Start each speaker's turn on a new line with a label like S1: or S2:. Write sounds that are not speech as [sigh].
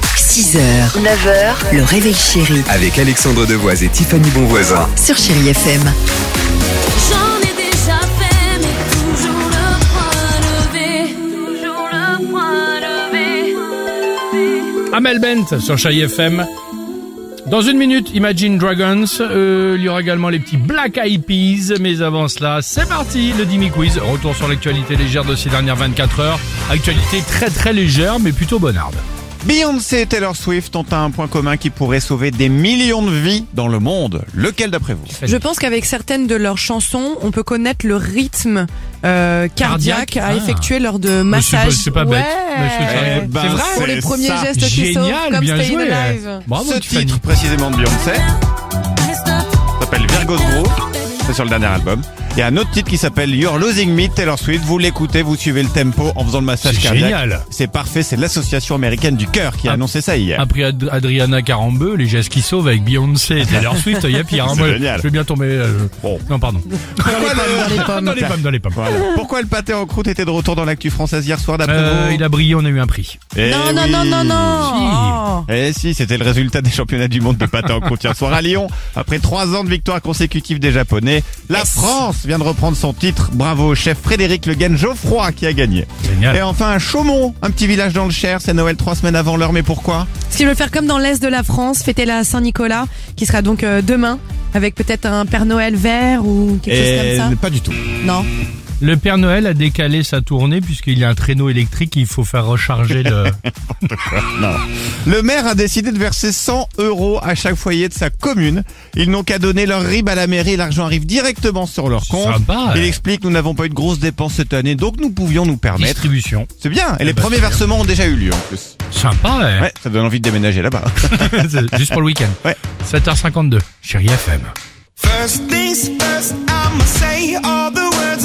S1: 6h, 9h, le réveil chéri
S2: Avec Alexandre Devoise et Tiffany Bonvoisin.
S1: sur Chéri FM.
S3: J'en ai déjà fait, mais toujours le point levé. Toujours le point levé.
S4: Amel Bent sur Chai FM. Dans une minute, Imagine Dragons. Euh, il y aura également les petits Black Eyed Peas. Mais avant cela, c'est parti, le Dimi Quiz. Retour sur l'actualité légère de ces dernières 24 heures. Actualité très très légère, mais plutôt bonarde.
S5: Beyoncé et Taylor Swift ont un point commun qui pourrait sauver des millions de vies dans le monde. Lequel d'après vous
S6: Je pense qu'avec certaines de leurs chansons, on peut connaître le rythme euh, cardiaque,
S4: Cardiaque,
S6: à
S4: ah.
S6: effectuer lors de
S4: Mais c'est pas-
S6: massages.
S4: C'est pas bête. Mais je trouve que ça
S5: Ouais.
S4: rigole.
S5: Ben,
S4: c'est vrai
S5: c'est
S6: Pour les premiers
S5: ça.
S6: gestes qui sauvent,
S4: Génial,
S6: comme
S4: bien
S6: Stayin'
S4: joué.
S6: Alive.
S4: Bravo,
S5: Ce
S4: Tiffany.
S5: titre précisément de Beyoncé s'appelle Virgo's Groove, c'est sur le dernier album. Il y a un autre titre qui s'appelle You're Losing Me Taylor Swift. Vous l'écoutez, vous suivez le tempo en faisant le massage
S4: C'est
S5: cardiaque.
S4: génial.
S5: C'est parfait, c'est l'association américaine du cœur qui a
S4: Ah.
S5: annoncé ça hier.
S4: Après Ad- Adriana Carambeu, les gestes qui sauvent avec Beyoncé et
S5: [laughs]
S4: Taylor Swift, il y a pire. hein.
S5: C'est
S4: Moi,
S5: génial.
S4: je vais bien tomber. euh,
S5: Bon.
S4: Non, pardon.
S5: Pourquoi le-
S4: Dans les pommes, dans les pommes.
S5: Voilà. Pourquoi le pâté en croûte était de retour dans l'actu française hier soir d'après
S4: Euh,
S5: vous
S4: il a brillé, on a eu un prix.
S5: Eh
S6: Non, non,
S5: oui.
S6: non, non, non.
S5: Eh si, c'était le résultat des championnats du monde de patin en croûte hier soir à Lyon. Après trois ans de victoire consécutive des Japonais, la France vient de reprendre son titre. Bravo au chef Frédéric Le Guen Geoffroy qui a gagné.
S4: Génial.
S5: Et enfin, Chaumont, un petit village dans le Cher. C'est Noël trois semaines avant l'heure, mais pourquoi
S6: Ce qu'ils veulent faire comme dans l'Est de la France, fêter la Saint-Nicolas, qui sera donc euh, demain, avec peut-être un Père Noël vert ou quelque chose comme ça.
S5: Pas du tout.
S6: Non.
S4: Le Père Noël a décalé sa tournée puisqu'il y a un traîneau électrique il faut faire recharger le...
S5: Le maire a décidé de verser 100 euros à chaque foyer de sa commune. Ils n'ont qu'à donner leur RIB à la mairie. L'argent arrive directement sur leur
S4: C'est
S5: compte.
S4: sympa,
S5: Il
S4: ouais.
S5: explique, nous n'avons pas eu de grosses dépenses cette année, donc nous pouvions nous permettre.
S4: distribution.
S5: Eh ben, C'est bien. Et les
S4: bah,
S5: premiers
S4: c'est bien.
S5: versements ont déjà eu lieu en plus.
S4: Sympa, ouais.
S5: Ouais, ça donne envie de déménager là-bas.
S4: [laughs] C'est Juste pour le week-end.
S5: Ouais.
S4: 7h52, chérie FM.
S7: [laughs] First things first, I'ma say all the words